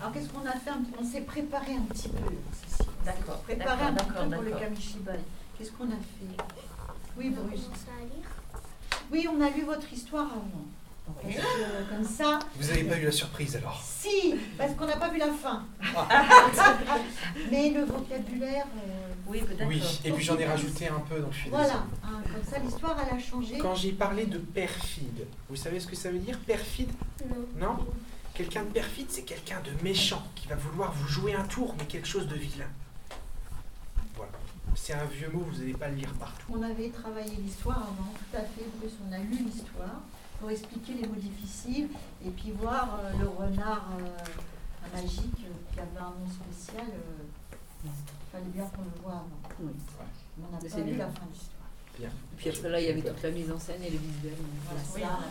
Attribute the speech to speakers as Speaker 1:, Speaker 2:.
Speaker 1: Alors qu'est-ce qu'on a fait un- On s'est préparé un petit peu. Cécile. On s'est
Speaker 2: D'accord,
Speaker 1: Préparé un
Speaker 2: d'accord,
Speaker 1: petit peu
Speaker 2: d'accord,
Speaker 1: pour le
Speaker 2: d'accord.
Speaker 1: Kamishibai. Qu'est-ce qu'on a fait Oui,
Speaker 3: On a
Speaker 1: Bruce.
Speaker 3: commencé à lire.
Speaker 1: Oui, on a lu votre histoire avant. Parce que, euh, comme ça.
Speaker 4: Vous n'avez pas eu la surprise alors
Speaker 1: Si, parce qu'on n'a pas vu la fin. Mais le vocabulaire. euh,
Speaker 2: Oui, peut-être.
Speaker 4: Oui, et puis j'en ai rajouté un peu, donc je suis
Speaker 1: voilà,
Speaker 4: désolé.
Speaker 1: hein, comme ça l'histoire elle a changé.
Speaker 4: Quand j'ai parlé de perfide, vous savez ce que ça veut dire perfide
Speaker 3: Non.
Speaker 4: Non Quelqu'un de perfide, c'est quelqu'un de méchant qui va vouloir vous jouer un tour, mais quelque chose de vilain. Voilà. C'est un vieux mot, vous n'allez pas le lire partout.
Speaker 1: On avait travaillé l'histoire avant, tout à fait, Bruce. On a lu l'histoire pour expliquer les mots difficiles et puis voir euh, le renard euh, magique euh, qui avait un nom spécial. euh, Il fallait bien qu'on le voie avant.
Speaker 5: Oui.
Speaker 1: Mais On n'a
Speaker 5: Mais
Speaker 1: pas
Speaker 5: c'est
Speaker 1: lu la
Speaker 5: bien.
Speaker 1: fin de l'histoire.
Speaker 4: Bien.
Speaker 5: Puis après, là, il y avait toute la mise en scène et le visuel.
Speaker 1: Voilà,
Speaker 2: Oui,
Speaker 1: ça,
Speaker 2: on a